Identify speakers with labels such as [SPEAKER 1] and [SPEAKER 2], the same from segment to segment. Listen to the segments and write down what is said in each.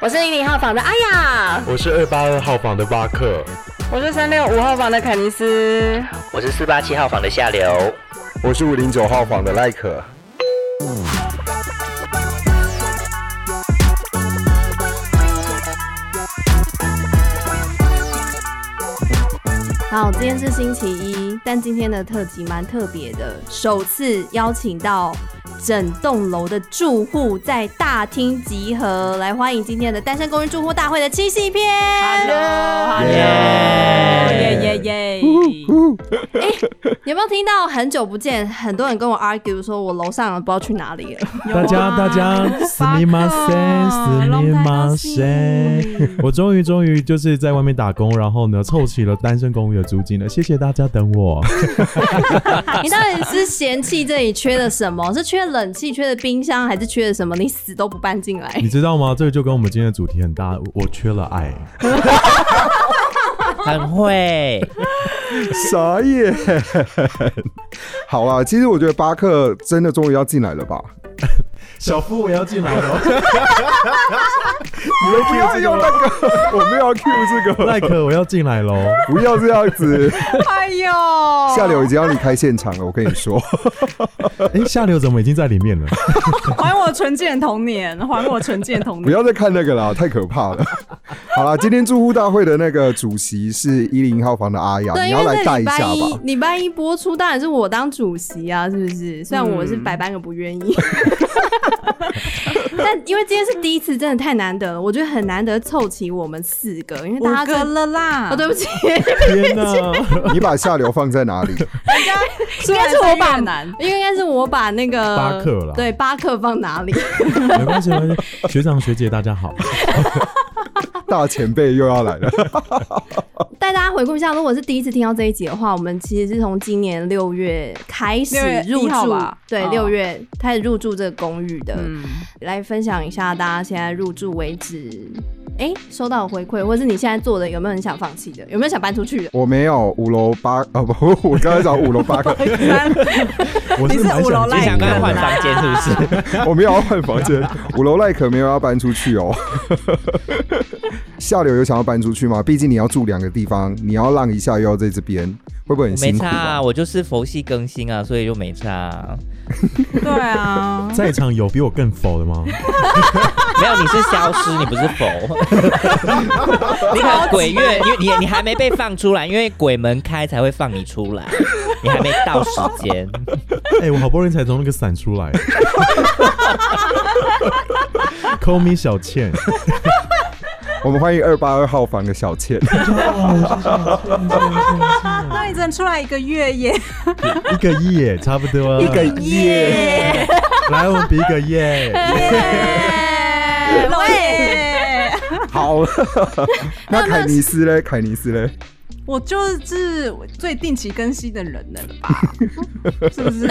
[SPEAKER 1] 我是零零号房的阿啊雅，
[SPEAKER 2] 我是二八二号房的巴克，
[SPEAKER 1] 我是三六五号房的肯尼斯。
[SPEAKER 3] 我是四八七号房的下流，
[SPEAKER 4] 我是五零九号房的赖可。
[SPEAKER 5] 好，今天是星期一，但今天的特辑蛮特别的，首次邀请到整栋楼的住户在大厅集合，来欢迎今天的单身公寓住户大会的七夕篇。
[SPEAKER 1] Hello，耶耶耶！
[SPEAKER 5] 有没有听到很久不见，很多人跟我 argue 说我楼上不知道去哪里了？
[SPEAKER 2] 大家大家，死你妈塞，死你妈塞！我终于终于就是在外面打工，然后呢，凑齐了单身公寓的租金了，谢谢大家等我。
[SPEAKER 5] 你到底是嫌弃这里缺了什么？是缺冷气、缺了冰箱，还是缺了什么？你死都不搬进来
[SPEAKER 2] 你。知道吗？这个就跟我们今天的主题很搭，我缺了爱。
[SPEAKER 3] 很会。
[SPEAKER 4] 傻眼。 好啦，其实我觉得巴克真的终于要进来了吧？
[SPEAKER 2] 小夫，我要进来 了，
[SPEAKER 4] 你们不要用那 个，我没有要 cue 这个，
[SPEAKER 2] 赖可，我要进来喽。
[SPEAKER 4] 不要这样 子。
[SPEAKER 1] 哎呦，
[SPEAKER 4] 下流已经要离开现场了，我跟你 说。
[SPEAKER 2] 哎，下流怎么已经在里面了？
[SPEAKER 6] 还我纯净的童年，还我纯净的童
[SPEAKER 4] 不
[SPEAKER 6] 年。
[SPEAKER 4] 要再看那个啦，太可怕 了。好啦，今天住户大会的那个主席是一零号房的阿雅，
[SPEAKER 5] 对，
[SPEAKER 4] 你
[SPEAKER 5] 因
[SPEAKER 4] 要
[SPEAKER 5] 为
[SPEAKER 4] 来
[SPEAKER 5] 这
[SPEAKER 4] 带
[SPEAKER 5] 礼
[SPEAKER 4] 一
[SPEAKER 5] 拜
[SPEAKER 4] 下
[SPEAKER 5] 一
[SPEAKER 4] 吧。
[SPEAKER 5] 礼拜一播出，当然是我当主席啊，是不是？虽然我是百般个不愿意， 但因为今天是第一次，真的太难得了，我觉得很难得凑齐我们四个，因为大家
[SPEAKER 6] 五个
[SPEAKER 5] 真的
[SPEAKER 6] 了啦！
[SPEAKER 5] 哦，对不起，
[SPEAKER 2] 天 哪！
[SPEAKER 4] 你把下流放在哪里？
[SPEAKER 6] 应
[SPEAKER 5] 该是我把
[SPEAKER 6] 男，
[SPEAKER 5] 因为应该是我把那个
[SPEAKER 2] 巴克啦
[SPEAKER 5] 对巴克放哪里？
[SPEAKER 2] 没关系，没关系。学长学姐大家好，
[SPEAKER 4] 大前辈又要来了。
[SPEAKER 5] 带大家回顾一下，如果是第一次听到这一集的话，我们其实是从今年六月开始
[SPEAKER 6] 6月
[SPEAKER 5] 入
[SPEAKER 6] 1号
[SPEAKER 5] 住
[SPEAKER 6] 吧，
[SPEAKER 5] 对，
[SPEAKER 6] 嗯
[SPEAKER 5] 六月开始入住这个公寓的。
[SPEAKER 1] 嗯
[SPEAKER 5] 来分享一下大家现在入住为止，哎、收到的回馈，或者是你现在做的有没有很想放弃的，有没有想搬出 去的？
[SPEAKER 4] 我没有五楼八，呃不，我刚才找五楼八个，
[SPEAKER 6] 三
[SPEAKER 2] 我
[SPEAKER 6] 你是
[SPEAKER 2] 蛮
[SPEAKER 6] 五楼
[SPEAKER 2] 想
[SPEAKER 6] 赖
[SPEAKER 3] 你 想跟
[SPEAKER 2] 进来
[SPEAKER 3] 他
[SPEAKER 2] 的
[SPEAKER 3] 换房间是不是？
[SPEAKER 4] 我没有要换房间，五楼赖可没有要搬出 去哦。下流有想要搬出去吗？毕竟你要住两个地方，你要浪一下又要在这边，会不会很
[SPEAKER 3] 没
[SPEAKER 4] 辛苦、
[SPEAKER 3] 差
[SPEAKER 4] 啊
[SPEAKER 3] 啊，？我就是佛系更新啊，所以就没差啊。
[SPEAKER 6] 对啊，
[SPEAKER 2] 在场有比我更否的吗？
[SPEAKER 3] 没有，你是消失，你不是否。 你可能鬼月，因为你你还没被放出来，因为鬼门开才会放你出来，你还没到时 间。
[SPEAKER 2] 哎、我好不容易才从那个伞出来。Call me 小倩，
[SPEAKER 4] 我们欢迎二八二号房的小 倩，
[SPEAKER 6] 那你只能出来一个月耶，
[SPEAKER 2] 一个耶，差不多。啊
[SPEAKER 4] 一个耶，
[SPEAKER 2] 来，我们比一个耶。
[SPEAKER 6] 喂，
[SPEAKER 4] 好了。那凯尼斯嘞？凯尼斯嘞？
[SPEAKER 6] 我就是最定期更新的人了吧？是不是？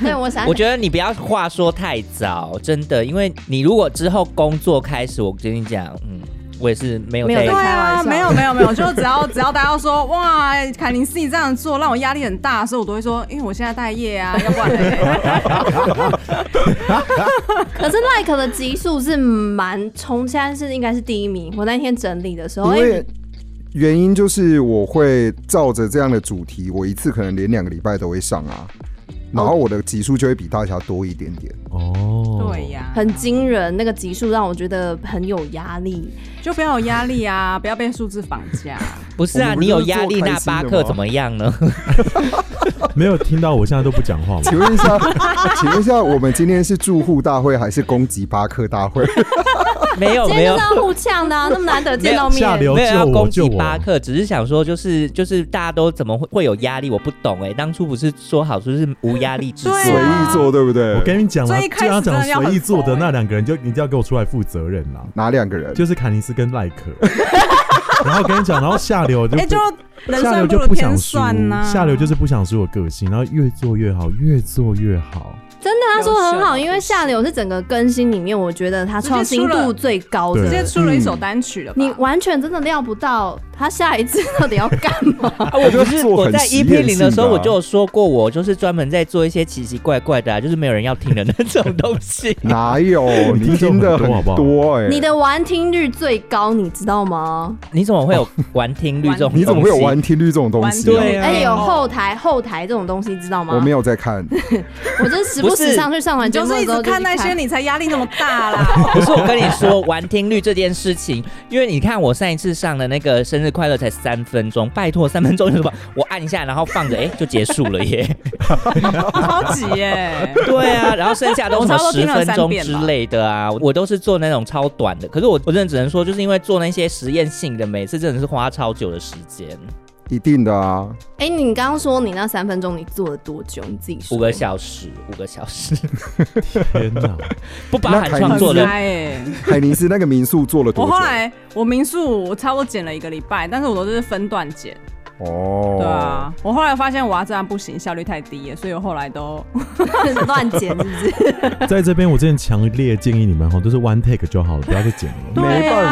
[SPEAKER 5] 对，我想
[SPEAKER 3] 我觉得你不要话说太早，真的，因为你如果之后工作开始，我跟你讲，嗯，我也是没有
[SPEAKER 5] 没有
[SPEAKER 3] 在
[SPEAKER 5] 在
[SPEAKER 6] 对
[SPEAKER 5] 开玩
[SPEAKER 6] 啊，
[SPEAKER 5] 笑
[SPEAKER 6] 没有没有没有，就只要 只要大家说哇，凯琳斯你这样做让我压力很大，所以我都会说，因为我现在待业啊，要不然嘞
[SPEAKER 5] 可是 like 的集数是蛮冲，现在是应该是第一名。我那天整理的时候，
[SPEAKER 4] 因
[SPEAKER 5] 诶
[SPEAKER 4] 为原因就是我会照着这样的主题，我一次可能连两个礼拜都会上啊，然后我的集数就会比大家多一点点。
[SPEAKER 2] 哦，
[SPEAKER 6] 对呀，
[SPEAKER 5] 很惊人，那个集数让我觉得很有压力。
[SPEAKER 6] 就不要有压力啊，不要被数字绑架。
[SPEAKER 3] 不是啊
[SPEAKER 4] 我，们
[SPEAKER 3] 你
[SPEAKER 4] 不
[SPEAKER 3] 有
[SPEAKER 4] 是
[SPEAKER 3] 压
[SPEAKER 4] 做
[SPEAKER 3] 力，
[SPEAKER 4] 开
[SPEAKER 3] 那
[SPEAKER 4] 心
[SPEAKER 3] 巴
[SPEAKER 4] 的
[SPEAKER 3] 克
[SPEAKER 4] 吗
[SPEAKER 3] 怎么样呢？
[SPEAKER 2] 没有听到，我现在都不讲话吗？
[SPEAKER 4] 请问一下，请问一下，我们今天是住户大会还是攻击巴克大会？
[SPEAKER 3] 没有
[SPEAKER 5] 今
[SPEAKER 3] 没
[SPEAKER 5] 天
[SPEAKER 3] 有
[SPEAKER 5] 就是。要互呛的啊，那么难得见到面，
[SPEAKER 2] 下流
[SPEAKER 3] 没有
[SPEAKER 2] 救
[SPEAKER 3] 要
[SPEAKER 2] 我
[SPEAKER 3] 攻
[SPEAKER 2] 救
[SPEAKER 3] 击
[SPEAKER 2] 我，
[SPEAKER 3] 巴克，只是想说，就是就是大家都怎么会会有压力？我不懂哎、当初不是说好说是无压力制作
[SPEAKER 6] 对
[SPEAKER 4] 随
[SPEAKER 3] 吗？
[SPEAKER 6] 啊
[SPEAKER 4] 意做对不对？
[SPEAKER 2] 我跟你讲啦，
[SPEAKER 6] 所以一
[SPEAKER 2] 就
[SPEAKER 6] 开始
[SPEAKER 2] 要讲
[SPEAKER 6] 真的要
[SPEAKER 2] 随意
[SPEAKER 6] 很
[SPEAKER 2] 做的
[SPEAKER 6] 疯欸
[SPEAKER 2] 那两个人，就你就要给我出来负责任啦，
[SPEAKER 4] 哪两个人？
[SPEAKER 2] 就是凯尼斯跟赖可。 然后我跟你讲，然后下流就
[SPEAKER 6] 哎，就人
[SPEAKER 2] 下流
[SPEAKER 6] 算
[SPEAKER 2] 就
[SPEAKER 6] 如
[SPEAKER 2] 不想
[SPEAKER 6] 天
[SPEAKER 2] 输
[SPEAKER 6] 算，呐，
[SPEAKER 2] 下流就是不想输我个性，然后越做越好，越做越好。
[SPEAKER 5] 真的，他说很好，
[SPEAKER 6] 优秀
[SPEAKER 5] 因为下流是整个更新里面，我觉得他创新度最高
[SPEAKER 2] 直
[SPEAKER 6] 直
[SPEAKER 2] 接
[SPEAKER 6] 接
[SPEAKER 5] 的。
[SPEAKER 6] 出了一首单曲了吧。
[SPEAKER 5] 你完全真的料不到他下一次到底要干 嘛，
[SPEAKER 3] 啊，我不是
[SPEAKER 4] 做
[SPEAKER 3] 我
[SPEAKER 4] 很
[SPEAKER 3] 在
[SPEAKER 4] 实
[SPEAKER 3] EP
[SPEAKER 4] 验
[SPEAKER 3] 零
[SPEAKER 4] 性
[SPEAKER 3] 的时候
[SPEAKER 4] 的啊
[SPEAKER 3] 我就有说过，我就是专门在做一些奇奇怪怪的、啊，就是没有人要听的那种东西。
[SPEAKER 4] 哪有？
[SPEAKER 2] 你
[SPEAKER 4] 你
[SPEAKER 2] 听众
[SPEAKER 4] 听的
[SPEAKER 2] 很多好不好
[SPEAKER 4] 很多哎、
[SPEAKER 5] 你的玩听率最高，你知道吗？
[SPEAKER 3] 你怎么会有玩听率这种？
[SPEAKER 4] 你怎么会有玩？听率这种东西、
[SPEAKER 3] 玩对
[SPEAKER 4] 啊？
[SPEAKER 3] 啊
[SPEAKER 5] 而且哎有后台后台这种东西，知道吗？
[SPEAKER 4] 我没有在看，
[SPEAKER 5] 我就是时不
[SPEAKER 3] 不
[SPEAKER 5] 时
[SPEAKER 3] 是
[SPEAKER 5] 上去上完
[SPEAKER 6] 你
[SPEAKER 5] 节
[SPEAKER 6] 就
[SPEAKER 5] 目
[SPEAKER 6] 是一
[SPEAKER 5] 之
[SPEAKER 6] 直
[SPEAKER 5] 后就
[SPEAKER 6] 看那些，
[SPEAKER 5] 去
[SPEAKER 6] 你才压力那么大 啦。
[SPEAKER 3] 不是我跟你说，玩听率这件事情，因为你看我上一次上的那个生日快乐才三分钟，拜托三分钟有什么？我按一下，然后放着，哎、就结束了耶。
[SPEAKER 6] 超级耶！
[SPEAKER 3] 对啊，然后剩下都是什么十分钟之类的啊，我都是做那种超短的。可是我我真的只能说，就是因为做那些实验性的，每次真的是花超久的时间，
[SPEAKER 4] 一定的啊。
[SPEAKER 5] 哎、你刚刚说你那三分钟你做了多久？你自己说。
[SPEAKER 3] 五个小时，五个小时，
[SPEAKER 2] 天哪，
[SPEAKER 3] 不包含创作
[SPEAKER 6] 很
[SPEAKER 3] 的。
[SPEAKER 6] 嗨耶！
[SPEAKER 4] 海尼斯那个民宿做了
[SPEAKER 6] 我
[SPEAKER 4] 多久
[SPEAKER 6] 后？来我民宿我差不多剪了一个礼拜，但是我都是分段剪。
[SPEAKER 4] 哦，
[SPEAKER 6] 对啊，我后来发现我要这样不行，效率太低了，所以我后来都
[SPEAKER 5] 乱剪是不是？
[SPEAKER 2] 在这边我真的强烈建议你们哈，都是 one take 就好了，不要再剪了。
[SPEAKER 5] 啊
[SPEAKER 4] 没办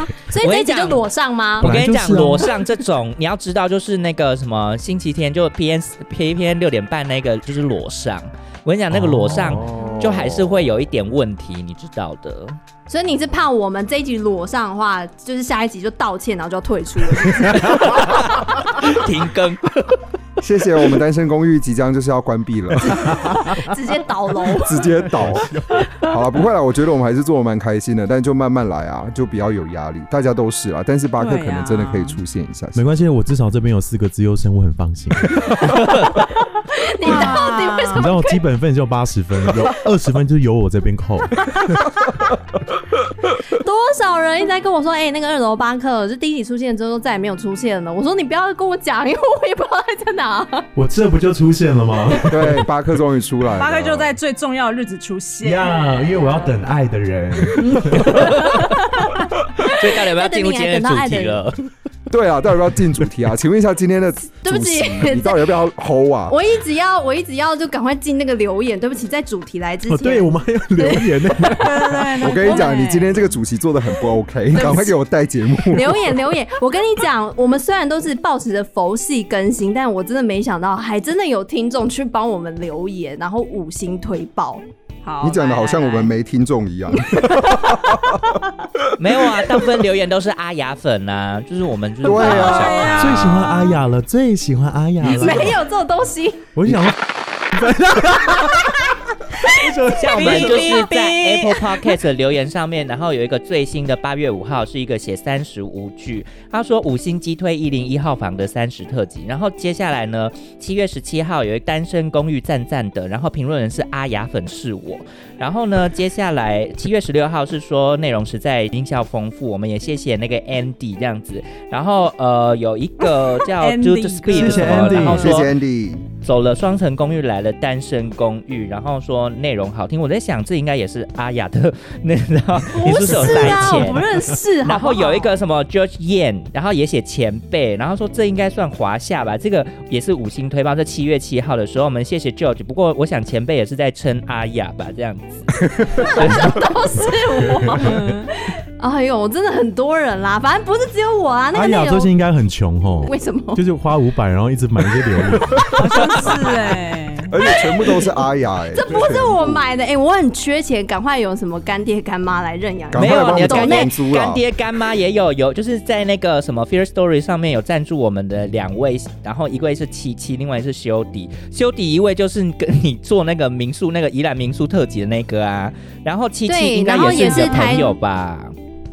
[SPEAKER 4] 法，
[SPEAKER 5] 所以这一集就裸上吗
[SPEAKER 3] 我？
[SPEAKER 2] 本
[SPEAKER 3] 跟
[SPEAKER 2] 来
[SPEAKER 3] 你
[SPEAKER 2] 就是啊
[SPEAKER 3] 讲，裸上这种你要知道，就是那个什么星期天就 P S P P N 六点半那个就是裸上。我跟你讲，那个裸上
[SPEAKER 2] 哦
[SPEAKER 3] 就还
[SPEAKER 4] 哦
[SPEAKER 3] 是会有一点问题，你知道的。
[SPEAKER 5] 所以你是怕我们这一集裸上的话，就是下一集就道歉，然后就要退出了。是不是
[SPEAKER 3] 停更，
[SPEAKER 4] 谢谢我们单身公寓即将就是要关闭了，
[SPEAKER 5] 直接倒 楼。
[SPEAKER 4] 直接倒。好了，不会了，我觉得我们还是做的蛮开心的，但就慢慢来啊，就比较有压力，大家都是啊。但是巴克可能真的可以出现一下，
[SPEAKER 2] 没关系，我至少这边有四个资优生，我很 放心。
[SPEAKER 5] 你
[SPEAKER 6] 啊
[SPEAKER 5] 到底为什
[SPEAKER 2] 你
[SPEAKER 5] 么？
[SPEAKER 2] 知道我基本分就八十分，有二十分就是由我这 边扣。
[SPEAKER 5] 多少人一直在跟我说，哎、那个二楼巴克就第一集出现之后就再也没有出现了。我说你不要跟我讲，因为我也不知道他在哪。
[SPEAKER 2] 我这不就出现了吗？
[SPEAKER 4] 对，巴克终于出来了，
[SPEAKER 6] 大概就在最重要的日子出现。
[SPEAKER 2] 呀，因为我要等爱的人。
[SPEAKER 3] 所以到底要不要进入今天的主题了？
[SPEAKER 4] 对啊，到底要不要进主题啊？请问一下今天的
[SPEAKER 5] 对不
[SPEAKER 4] 主
[SPEAKER 5] 起
[SPEAKER 4] 席，你到底要不要吼啊？
[SPEAKER 5] 我一直要，我一直要就赶快进那个留言。对不起，在主题来之前，
[SPEAKER 2] 哦，对，我们还有留言呢。
[SPEAKER 6] 对对对对
[SPEAKER 4] 我跟你讲，
[SPEAKER 6] 对
[SPEAKER 4] 你今天这个主席做的很不 OK，赶快给我带节目。
[SPEAKER 5] 留言留言，我跟你讲，我们虽然都是保持着佛系更新，但我真的没想到，还真的有听众去帮我们留言，然后五星推爆。
[SPEAKER 6] 好，
[SPEAKER 4] 你讲的好像我们
[SPEAKER 6] 没
[SPEAKER 4] 没听众一样，
[SPEAKER 3] 没有啊，大部分留言都是阿雅粉啊，就是我们就是
[SPEAKER 4] 对啊
[SPEAKER 3] 小
[SPEAKER 2] 最喜欢阿雅了，最喜欢阿雅了。
[SPEAKER 5] 没有这啊种东西，
[SPEAKER 2] 我就想说，
[SPEAKER 3] 像我们就是在 Apple Podcast 的留言上面，然后有一个最新的八月五号是一个写三十无惧，他说五星击推一零一号房的三十特辑，然后接下来呢七月十七号有一个单身公寓赞赞的，然后评论人是阿雅粉是我，然后呢接下来七月十六号是说内容实在音效丰富，我们也谢谢那个 Andy 这样子，然后呃有一个 叫
[SPEAKER 6] Andy
[SPEAKER 3] Do the Speed
[SPEAKER 2] 谢谢
[SPEAKER 3] 什么，
[SPEAKER 2] Andy，
[SPEAKER 3] 然后
[SPEAKER 4] 谢
[SPEAKER 3] 说
[SPEAKER 4] 谢 Andy。
[SPEAKER 3] 走了双层公寓，来了单身公寓，然后说内容好听，我在想这应该也是阿雅的那，然 后你是不是有
[SPEAKER 5] 是
[SPEAKER 3] 塞
[SPEAKER 5] 啊，我不
[SPEAKER 3] 钱？
[SPEAKER 5] 认识。
[SPEAKER 3] 然
[SPEAKER 5] 好不
[SPEAKER 3] 后
[SPEAKER 5] 好
[SPEAKER 3] 有一个什么 George Yan，然后也写前辈，然后说这应该算华夏吧，这个也是五星推爆。这七月七号的时候，我们谢谢 George，不过我想前辈也是在称阿雅吧，这样子。
[SPEAKER 5] 都 是 我。哎呦，真的很多人啦，反正不是只有我啊，那
[SPEAKER 2] 阿
[SPEAKER 5] 个
[SPEAKER 2] 雅
[SPEAKER 5] 内
[SPEAKER 2] 最近
[SPEAKER 5] 容
[SPEAKER 2] 应该很穷哦，
[SPEAKER 5] 为什么？
[SPEAKER 2] 就是花五百，然后一直买一些榴 莲。
[SPEAKER 6] 是哎，
[SPEAKER 4] 而且全部都是阿雅、欸，
[SPEAKER 5] 这不是我买的，哎、我很缺钱，赶快有什么干爹干妈来认养。
[SPEAKER 4] 赶
[SPEAKER 3] 没
[SPEAKER 4] 快
[SPEAKER 3] 有
[SPEAKER 4] 帮
[SPEAKER 3] 你的
[SPEAKER 4] 我找
[SPEAKER 3] 干
[SPEAKER 4] 房
[SPEAKER 3] 爹
[SPEAKER 4] 租啦
[SPEAKER 3] 干！爹干妈也有有，就是在那个什么 Fear Story 上面有赞助我们的两位，然后一位是七七，另外一位是修迪。修迪一位就是跟你做那个民宿那个宜兰民宿特辑的那个啊，然后七
[SPEAKER 5] 对
[SPEAKER 3] 七应该
[SPEAKER 5] 然后
[SPEAKER 3] 也是你
[SPEAKER 5] 也
[SPEAKER 3] 的
[SPEAKER 5] 是台
[SPEAKER 3] 朋友吧？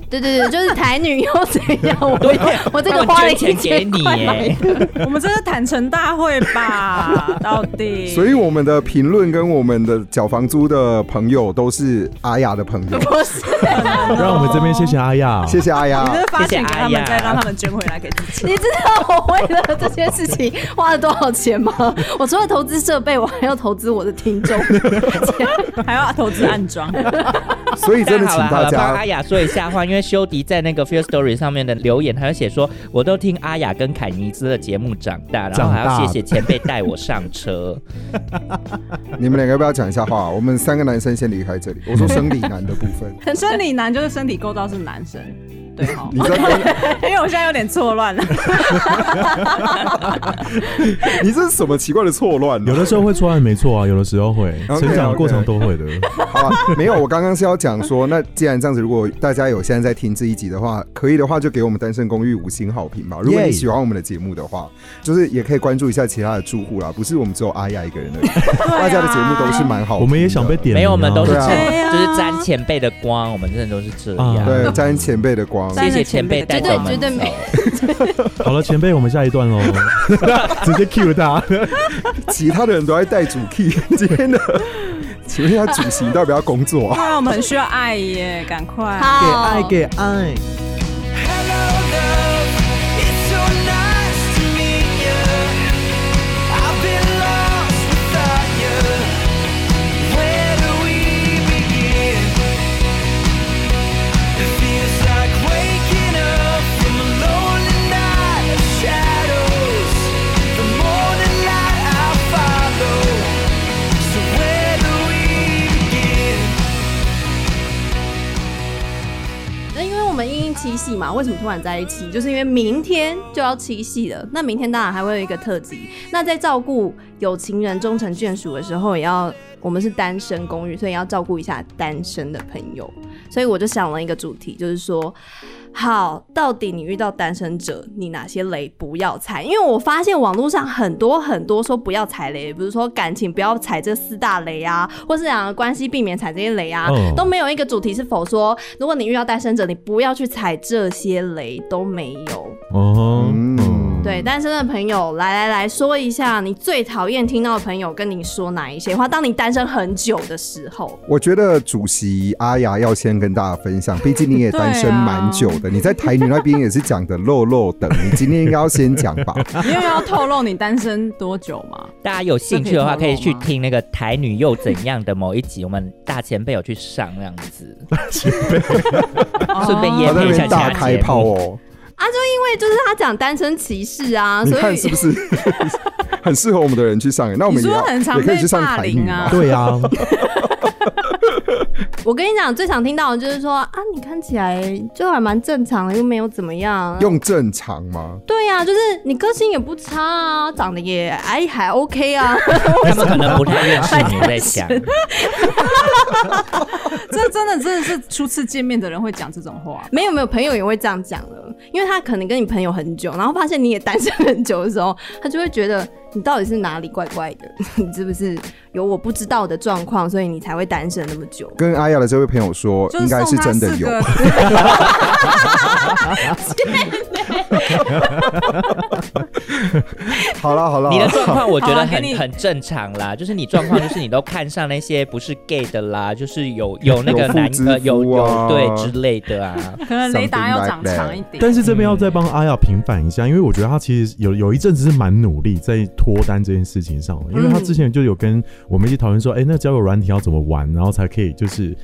[SPEAKER 5] 对对对，就是台女又怎样？我
[SPEAKER 3] 对，
[SPEAKER 5] 我这
[SPEAKER 3] 他
[SPEAKER 5] 个
[SPEAKER 3] 们
[SPEAKER 5] 花了
[SPEAKER 3] 捐钱给
[SPEAKER 5] 一千
[SPEAKER 3] 你
[SPEAKER 5] 块买
[SPEAKER 3] 耶，
[SPEAKER 6] 我们这是坦诚大会 吧？到底？
[SPEAKER 4] 所以我们的评论跟我们的缴房租的朋友都是阿雅的朋友，
[SPEAKER 2] 让我们这边谢谢阿雅，
[SPEAKER 5] 哦
[SPEAKER 4] 谢谢阿雅
[SPEAKER 6] 你。是发钱给
[SPEAKER 3] 谢谢
[SPEAKER 6] 他们，
[SPEAKER 3] 阿雅
[SPEAKER 6] 再让他们捐回来给自己。
[SPEAKER 5] 你知道我为了这些事情花了多少钱吗？我除了投资设备，我还要投资我的听众。
[SPEAKER 6] 还要投资暗装，
[SPEAKER 4] 啊所以 真的
[SPEAKER 3] 好
[SPEAKER 4] 请
[SPEAKER 3] 了好
[SPEAKER 4] 大
[SPEAKER 3] 了，帮
[SPEAKER 4] 家
[SPEAKER 3] 阿，雅说一下话，因为修迪在那个 Feel Story 上面的留言，他就写说，我都听阿雅跟凯尼兹的节目长大，然后还
[SPEAKER 2] 长
[SPEAKER 3] 要
[SPEAKER 2] 大
[SPEAKER 3] 谢谢前辈带我上车。
[SPEAKER 4] 你们两个要不要讲一下话？我们三个男生先离开这里。我说生理男的部分，。
[SPEAKER 6] 生理男就是身体构造是男生，对哈
[SPEAKER 4] 你在跟
[SPEAKER 6] 因为我现在有点错乱了，
[SPEAKER 4] 你这是什么奇怪的错乱啊呢？
[SPEAKER 2] 有的时候会错案，没错啊，有的时候会，
[SPEAKER 4] OK，
[SPEAKER 2] 成长的过程
[SPEAKER 4] OK
[SPEAKER 2] 都会的。
[SPEAKER 4] 好吧，没有，我刚刚是要讲说，那既然这样子，如果大家有现在在听这一集的话，可以的话就给我们单身公寓五星好评吧。如果你
[SPEAKER 2] Yay
[SPEAKER 4] 喜欢我们的节目的话，就是也可以关注一下其他的住户啦，不是我们只有阿雅一个人而已，
[SPEAKER 6] 啊
[SPEAKER 4] 大家的节目都是蛮好听的。
[SPEAKER 2] 我们也想被点名啊，
[SPEAKER 3] 没有，我们都是
[SPEAKER 4] 对啊
[SPEAKER 3] 沾，就是沾前辈的光，我们真的都是这
[SPEAKER 2] 啊
[SPEAKER 3] 样。
[SPEAKER 4] 对沾前辈的光，
[SPEAKER 3] 谢谢前辈带着
[SPEAKER 5] 绝对
[SPEAKER 3] 我们
[SPEAKER 5] 绝对没
[SPEAKER 3] 走。
[SPEAKER 2] 好了，前辈，我们下一段 喽，直接 Q 他。
[SPEAKER 4] 其他的人都在带主 key。今天的，请问一下主席到底要工作
[SPEAKER 6] 不
[SPEAKER 4] 啊？
[SPEAKER 6] 然我们很需要爱耶，赶快。
[SPEAKER 5] 好，
[SPEAKER 2] 给爱。
[SPEAKER 5] 那因为我们因应七夕嘛，为什么突然在一起？就是因为明天就要七夕了。那明天当然还会有一个特辑。那在照顾有情人终成眷属的时候，也要我们是单身公寓，所以要照顾一下单身的朋友。所以我就想了一个主题，就是说，好，到底你遇到单身者，你哪些雷不要踩？因为我发现网络上很多很多说不要踩雷，比如说感情不要踩这四大雷啊，或是两个关系避免踩这些雷啊，
[SPEAKER 4] 哦
[SPEAKER 2] 嗯
[SPEAKER 5] 都没有一个主题是否说，如果你遇到单身者，你不要去踩这些雷，都没有。
[SPEAKER 2] 哦，
[SPEAKER 4] 嗯，
[SPEAKER 5] 对，单身的朋友，来来来说一下，你最讨厌听到的朋友跟你说哪一些话？当你单身很久的时候，
[SPEAKER 4] 我觉得主席阿雅要先跟大家分享，毕竟你也单身蛮久的，你在台女那边也是讲的漏漏的，你今天应该要先讲吧？
[SPEAKER 6] 你又要透露你单身多久吗？
[SPEAKER 3] 大家有兴趣的话，
[SPEAKER 6] 这
[SPEAKER 3] 可
[SPEAKER 6] 可以
[SPEAKER 3] 以
[SPEAKER 6] 透露
[SPEAKER 3] 去
[SPEAKER 6] 吗
[SPEAKER 3] 听那个台女又怎样的某一集，我们大前辈有去上那样子， 顺便
[SPEAKER 4] 我
[SPEAKER 3] 夜
[SPEAKER 4] 在那
[SPEAKER 3] 配一下其他
[SPEAKER 4] 边大
[SPEAKER 3] 节目
[SPEAKER 4] 开炮哦，
[SPEAKER 5] 因为就是他讲单身歧视啊，
[SPEAKER 4] 你
[SPEAKER 5] 所
[SPEAKER 4] 看
[SPEAKER 5] 以
[SPEAKER 4] 是不 是很适合我们的人去上？那我们
[SPEAKER 6] 你
[SPEAKER 4] 也
[SPEAKER 6] 是不是
[SPEAKER 4] 要
[SPEAKER 6] 很常
[SPEAKER 4] 也可以
[SPEAKER 6] 被
[SPEAKER 4] 去上
[SPEAKER 6] 霸
[SPEAKER 4] 台
[SPEAKER 6] 凌
[SPEAKER 4] 女
[SPEAKER 6] 啊
[SPEAKER 4] 嘛？
[SPEAKER 2] 对啊，
[SPEAKER 5] 我跟你讲，最常听到的就是说啊，你看起来就还蛮正常的，又没有怎么样。啊
[SPEAKER 4] 用正常吗？
[SPEAKER 5] 对呀、就是你个性也不差啊，长得也哎还 OK 啊。
[SPEAKER 3] 他们可能不太认识你在 想。
[SPEAKER 6] 这真的真的是初次见面的人会讲这种
[SPEAKER 4] 哦
[SPEAKER 6] 话。
[SPEAKER 5] 没有没有，朋友也会这样讲了，因为他可能跟你朋友很久，然后发现你也单身很久的时候，他就会觉得你到底是哪里怪怪的， 你是不是有我不知道的状况，所以你才会单身那么久。
[SPEAKER 4] 跟阿雅的这位朋友说，
[SPEAKER 6] 就
[SPEAKER 4] 应该
[SPEAKER 6] 送
[SPEAKER 4] 是
[SPEAKER 6] 他
[SPEAKER 4] 真的
[SPEAKER 6] 四
[SPEAKER 4] 有。
[SPEAKER 6] 个，
[SPEAKER 4] 好了 好了，
[SPEAKER 3] 你的状况我觉
[SPEAKER 6] 好
[SPEAKER 3] 得
[SPEAKER 6] 啊给
[SPEAKER 3] 很
[SPEAKER 6] 你
[SPEAKER 3] 很正常啦，就是你状况就是你都看上那些不是 gay 的啦，就是有有那个
[SPEAKER 4] 有妇
[SPEAKER 3] 男
[SPEAKER 4] 之
[SPEAKER 3] 呃有
[SPEAKER 4] 夫啊
[SPEAKER 3] 有对之类的 啊。
[SPEAKER 6] 可能雷达要长长一点。
[SPEAKER 2] 但是这边要再帮阿雅平反一下，因为我觉得她其实有有一阵子是蛮努力在脱单这件事情上的，因为她之前就有跟我们一起讨论说，哎、那交友软体要怎么玩，然后才可以就是
[SPEAKER 4] 遇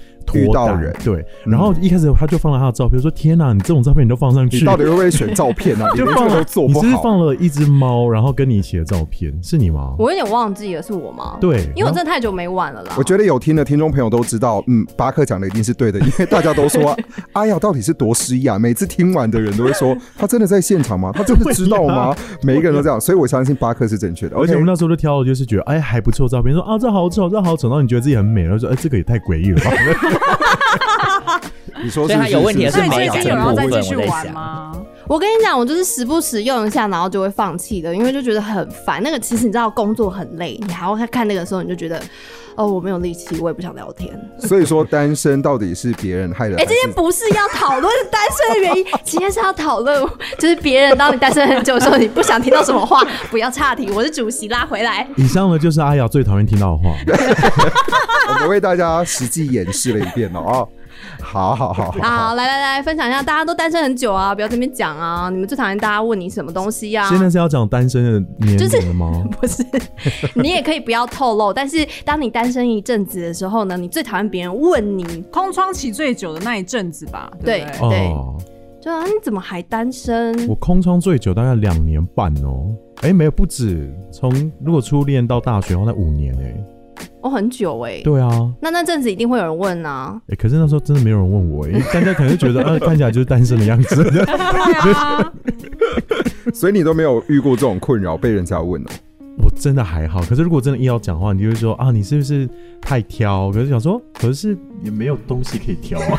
[SPEAKER 2] 脱
[SPEAKER 4] 到
[SPEAKER 2] 单
[SPEAKER 4] 人。
[SPEAKER 2] 对，然后一开始她就放了她的照片，说天哪、你这种照片你都放上
[SPEAKER 4] 你
[SPEAKER 2] 去，
[SPEAKER 4] 到底会不会选照片啊？你
[SPEAKER 2] 就
[SPEAKER 4] 连
[SPEAKER 2] 放
[SPEAKER 4] 这个都
[SPEAKER 2] 了，
[SPEAKER 4] 做
[SPEAKER 2] 你
[SPEAKER 4] 不
[SPEAKER 2] 是不是
[SPEAKER 4] 好。
[SPEAKER 2] 放了一只猫，然后跟你一起的照片，是你吗？
[SPEAKER 5] 我有点忘记了，是我吗？，
[SPEAKER 2] 对，
[SPEAKER 5] 因为我
[SPEAKER 2] 然后
[SPEAKER 5] 真的太久没玩了啦。
[SPEAKER 4] 我觉得有听的听众朋友都知道，嗯，巴克讲的一定是对的，因为大家都 说阿雅到底是多失忆啊，每次听完的人都会说，他真的在现场吗？他 真的知道吗？每一个人都这样，所以我相信巴克是正确的。
[SPEAKER 2] 啊而且我
[SPEAKER 4] OK
[SPEAKER 2] 们那时候就挑的就是觉得哎还不错照片，说啊这好丑，这好丑，然后你觉得自己很美，然后说哎这个也太诡异了吧。
[SPEAKER 4] 你说
[SPEAKER 3] 所
[SPEAKER 4] 是
[SPEAKER 3] 以
[SPEAKER 4] 不
[SPEAKER 3] 他
[SPEAKER 4] 是？
[SPEAKER 3] 有问题的
[SPEAKER 4] 是
[SPEAKER 3] 是
[SPEAKER 6] 所以
[SPEAKER 4] 不是
[SPEAKER 6] 最
[SPEAKER 3] 没有
[SPEAKER 6] 近
[SPEAKER 3] 这
[SPEAKER 6] 有
[SPEAKER 3] 个
[SPEAKER 6] 人
[SPEAKER 3] 部
[SPEAKER 6] 要再
[SPEAKER 3] 分
[SPEAKER 6] 继续
[SPEAKER 3] 我在
[SPEAKER 6] 玩
[SPEAKER 3] 想。
[SPEAKER 6] 吗？
[SPEAKER 5] 我跟你讲，我就是时不时用一下，然后就会放弃的，因为就觉得很烦。那个其实你知道，工作很累，你还要看那个时候，你就觉得哦，我没有力气，我也不想聊天。
[SPEAKER 4] 所以说单身到底是别人害的？
[SPEAKER 5] 哎、今天不是要讨论单身的原 因，今天是要讨论就是别人当你单身很久的时候，你不想听到什么话，不要岔题。我是主席，拉回来。
[SPEAKER 2] 以上呢就是阿瑶最讨厌听到的话。
[SPEAKER 4] 我们为大家实际演示了一遍了哦。好好好好，
[SPEAKER 5] 好，来来来，分享一下，大家都单身很久啊，不要这边讲啊。你们最讨厌大家问你什么东西呀、
[SPEAKER 2] 现在
[SPEAKER 5] 啊？
[SPEAKER 2] 是要讲单身的年龄了吗？
[SPEAKER 5] 不是，你也可以不要透露。但是当你单身一阵子的时候呢，你最讨厌别人问你，
[SPEAKER 6] 空窗期最久的那一阵子吧，对不对？
[SPEAKER 5] 对就啊你怎么还单身？
[SPEAKER 2] 哦我空窗最久大概两年半哦。哎、没有不止，从如果初恋到大学，后那五年哎、
[SPEAKER 5] 我、很久哎、
[SPEAKER 2] 对啊，
[SPEAKER 5] 那那阵子一定会有人问啊，
[SPEAKER 2] 哎、可是那时候真的没有人问我哎、大家可能觉得呃看起来就是单身的样子。
[SPEAKER 4] 哦
[SPEAKER 6] 对啊，
[SPEAKER 4] 所以你都没有遇过这种困扰被人家问哦。
[SPEAKER 2] 我真的还好，可是如果真的硬要讲话，你就会说啊，你是不是太挑？可是想说，可是也没有东西可以挑 啊。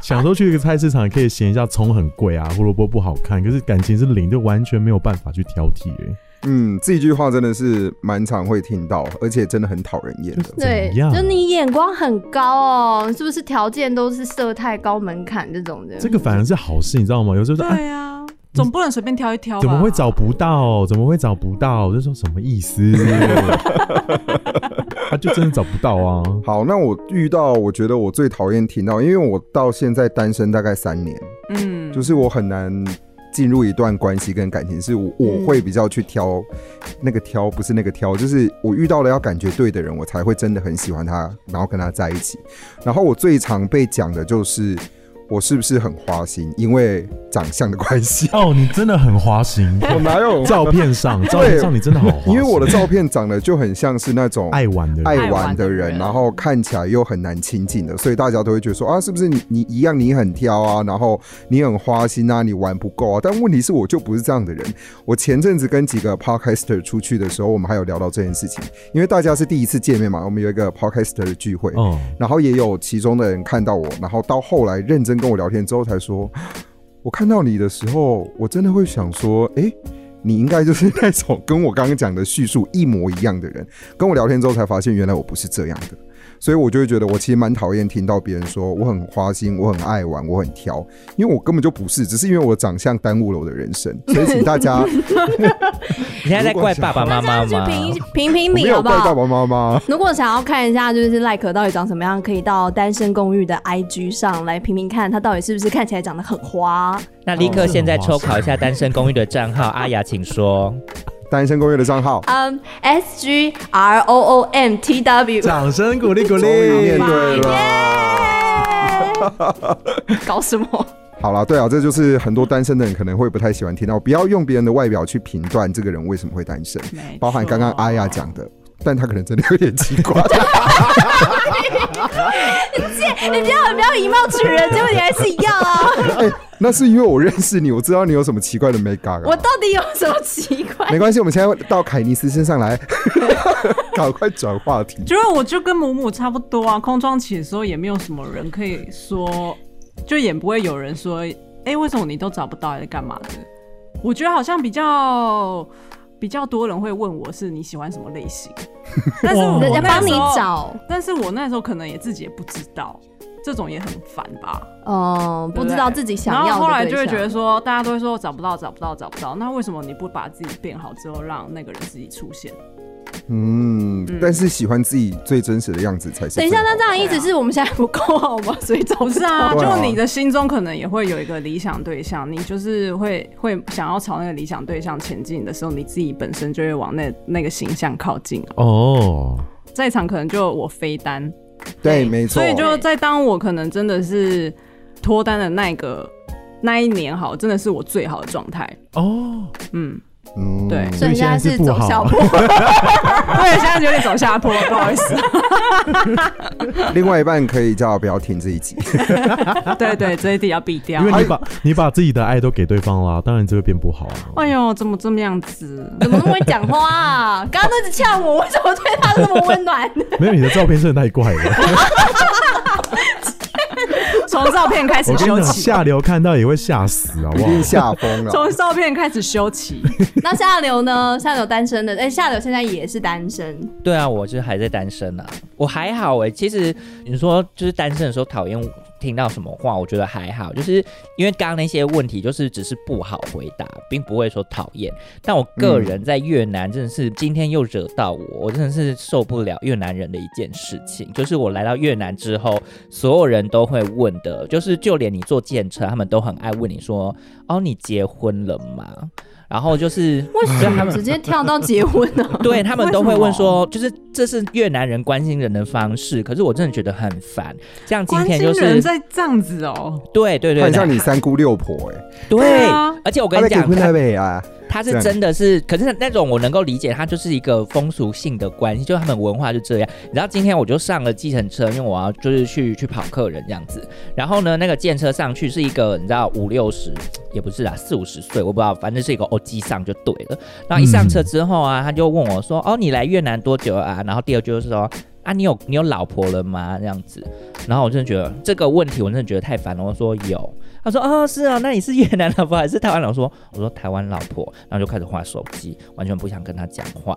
[SPEAKER 2] 想说去一个菜市场也可以嫌一下葱很贵啊，胡萝卜不好看，可是感情是零，就完全没有办法去挑剔哎、
[SPEAKER 4] 嗯，这一句话真的是蛮常会听到，而且真的很讨人厌的。
[SPEAKER 5] 对，
[SPEAKER 2] 怎样
[SPEAKER 5] 就你眼光很高哦，是不是条件都是设太高门槛这种的？
[SPEAKER 2] 这个反而是好事，你知道吗？有时候说哎，
[SPEAKER 6] 对啊，总不能随便挑一挑吧？
[SPEAKER 2] 怎么会找不到？怎么会找不到？我就说什么意思？ 他、就真的找不到啊！。
[SPEAKER 4] 好，那我遇到我觉得我最讨厌听到，因为我到现在单身大概三年，
[SPEAKER 6] 嗯，
[SPEAKER 4] 就是我很难进入一段关系跟感情，是我我会比较去挑那个挑，不是那个挑，就是我遇到了要感觉对的人，我才会真的很喜欢他，然后跟他在一起。然后我最常被讲的就是我是不是很花心，因为长相的关系
[SPEAKER 2] 哦，你真的很花心，
[SPEAKER 4] 我哪有？
[SPEAKER 2] 照片上，照片上你真的好花心，
[SPEAKER 4] 因为我的照片长得就很像是那种
[SPEAKER 2] 爱玩的人
[SPEAKER 4] 爱玩的
[SPEAKER 6] 爱玩的
[SPEAKER 4] 人，
[SPEAKER 6] 人
[SPEAKER 4] 然后看起来又很难亲近的，所以大家都会觉得说啊，是不是你你一样你很挑啊，然后你很花心啊，你玩不够啊。但问题是我就不是这样的人。我前阵子跟几个 podcaster 出去的时候，我们还有聊到这件事情，因为大家是第一次见面嘛，我们有一个 podcaster 的聚会，
[SPEAKER 2] 哦，
[SPEAKER 4] 然后也有其中的人看到我，然后到后来认真跟我聊天之后才说，我看到你的时候，我真的会想说，诶，你应该就是那种跟我刚刚讲的叙述一模一样的人。跟我聊天之后才发现，原来我不是这样的，所以我就会觉得我其实蛮讨厌听到别人说我很花心，我很爱玩，我很挑，因为我根本就不是，只是因为我的长相耽误了我的人生。所以请大 家
[SPEAKER 3] 你现在在怪爸爸妈妈
[SPEAKER 5] 大家去
[SPEAKER 3] 吗？
[SPEAKER 5] 评评评
[SPEAKER 4] 我没
[SPEAKER 5] 理
[SPEAKER 4] 有
[SPEAKER 5] 好不
[SPEAKER 4] 怪爸
[SPEAKER 5] 好？
[SPEAKER 4] 爸妈妈。
[SPEAKER 5] 如果想要看一下就是赖可到底长什么样，可以到单身公寓的 IG 上来评评看，他到底是不是看起来长得很花。
[SPEAKER 3] 那立
[SPEAKER 2] 哦
[SPEAKER 3] 刻现在抽考一下单身公寓的账号，阿雅请说。
[SPEAKER 4] 单身公寓的账号，
[SPEAKER 5] 嗯、s G R O O M T W，
[SPEAKER 2] 掌声鼓励鼓
[SPEAKER 4] 终于面
[SPEAKER 2] 励。
[SPEAKER 4] 对了。
[SPEAKER 5] 搞什么？
[SPEAKER 4] 好啦，对啊，这就是很多单身的人可能会不太喜欢听到，不要用别人的外表去评断这个人为什么会单身，
[SPEAKER 6] 没错
[SPEAKER 4] 包含刚刚阿雅讲的，但他可能真的有点奇怪。
[SPEAKER 5] 你这样很不要以貌取人，结果你还是一样啊！
[SPEAKER 4] 哎、那是因为我认识你，我知道你有什么奇怪的 make up、
[SPEAKER 5] 我到底有什么奇怪？
[SPEAKER 4] 没关系，我们现在到凯尼斯身上来，赶快转话题。
[SPEAKER 6] 就是我就跟母母差不多啊，空窗期的时候也没有什么人可以说，就也不会有人说，哎、为什么你都找不到还是干嘛的？我觉得好像比较比较多人会问我是你喜欢什么类型，但是我
[SPEAKER 5] 人家
[SPEAKER 6] 那
[SPEAKER 5] 帮你
[SPEAKER 6] 时候，
[SPEAKER 5] 找，
[SPEAKER 6] 但是我那时候可能也自己也不知道，这种也很烦吧。
[SPEAKER 5] 嗯，不知道自己想要的
[SPEAKER 6] 然后后来就会
[SPEAKER 5] 对
[SPEAKER 6] 觉
[SPEAKER 5] 象
[SPEAKER 6] 得说，大家都会说找不到，找不到，找不到。那为什么你不把自己变好之后，让那个人自己出现？
[SPEAKER 4] 嗯，
[SPEAKER 6] 嗯
[SPEAKER 4] 但是喜欢自己最真实的样子才是
[SPEAKER 5] 等
[SPEAKER 4] 最好。
[SPEAKER 5] 一下，那这样一直是我们现在不够好吗？ 所以找
[SPEAKER 6] 不是啊，
[SPEAKER 4] 对啊
[SPEAKER 6] 就你的心中可能也会有一个理想对象，你就是会会想要朝那个理想对象前进的时候，你自己本身就会往那那个形象靠近啊。
[SPEAKER 2] 哦，
[SPEAKER 6] 这一场可能就我飞单，
[SPEAKER 4] 对，没错
[SPEAKER 6] 所。以就在当我可能真的是脱单的那个那一年好，真的是我最好的状态。
[SPEAKER 2] 哦，
[SPEAKER 6] 嗯，
[SPEAKER 4] 嗯
[SPEAKER 6] 对
[SPEAKER 5] 所以现在是走下坡，
[SPEAKER 6] 对，现在有点走下坡，不好意思。
[SPEAKER 4] 另外一半可以叫不要听这一集。
[SPEAKER 6] 对对，这一题要避掉
[SPEAKER 2] 因。为你把
[SPEAKER 4] 哎
[SPEAKER 2] 你把自己的爱都给对方啦，当然就会变不好啊。
[SPEAKER 6] 哎呦，怎么这么样子？
[SPEAKER 5] 怎么那么会讲话啊？ 刚刚都一直呛我，为什么对他 那么温暖？
[SPEAKER 2] 没有你的照片真的太怪了，
[SPEAKER 6] 从照片开始
[SPEAKER 2] 我跟
[SPEAKER 6] 修
[SPEAKER 2] 你讲，
[SPEAKER 6] 起，
[SPEAKER 2] 下流看到也会吓死，好
[SPEAKER 4] 一
[SPEAKER 2] 不好？
[SPEAKER 4] 定吓疯了。
[SPEAKER 6] 从照片开始 修起。
[SPEAKER 5] 那下流呢？下流单身的，哎、下流现在也是单身，
[SPEAKER 3] 对啊，我就是还在单身啊，我还好哎、其实你说就是单身的时候讨厌听到什么话，我觉得还好，就是因为刚刚那些问题就是只是不好回答，并不会说讨厌。但我个人在越南真的是今天又惹到我，我真的是受不了越南人的一件事情，就是我来到越南之后，所有人都会问的，就是就连你坐电车，他们都很爱问你说：“哦，你结婚了吗？”然后就是
[SPEAKER 5] 为
[SPEAKER 3] 对
[SPEAKER 5] 什
[SPEAKER 3] 他
[SPEAKER 5] 么
[SPEAKER 3] 们
[SPEAKER 5] 直接跳到结婚呢、
[SPEAKER 3] 对他们都会问说，就是这是越南人关心人的方式，可是我真的觉得很烦。像今
[SPEAKER 6] 关
[SPEAKER 3] 天
[SPEAKER 6] 心
[SPEAKER 3] 就
[SPEAKER 6] 人
[SPEAKER 3] 是
[SPEAKER 6] 在这样子哦，
[SPEAKER 3] 对对对
[SPEAKER 4] 看像
[SPEAKER 3] 对
[SPEAKER 4] 你三姑六婆哎、
[SPEAKER 3] 对
[SPEAKER 6] 对啊，
[SPEAKER 3] 而且我
[SPEAKER 4] 欸，
[SPEAKER 3] 跟
[SPEAKER 4] 他
[SPEAKER 3] 你
[SPEAKER 4] 在结
[SPEAKER 3] 讲，
[SPEAKER 4] 婚
[SPEAKER 3] 他
[SPEAKER 4] 台北啊，
[SPEAKER 3] 他是真的是，可是那种我能够理解，他就是一个风俗性的关系，就他们文化就这样。然后今天我就上了计程车，因为我要就是去去跑客人这样子。然后呢，那个电车上去是一个你知道五六十也不是啦，四五十岁我不知道，反正是一个欧基上就对了。然后一上车之后啊，他就问我说：“哦，你来越南多久啊？”然后第二句就是说。啊，你有你有老婆了吗？这样子，然后我真的觉得这个问题，我真的觉得太烦了。我说有，他说哦是啊，那你是越南老婆还是台湾老婆？说我说台湾老婆，然后就开始划手机，完全不想跟他讲话，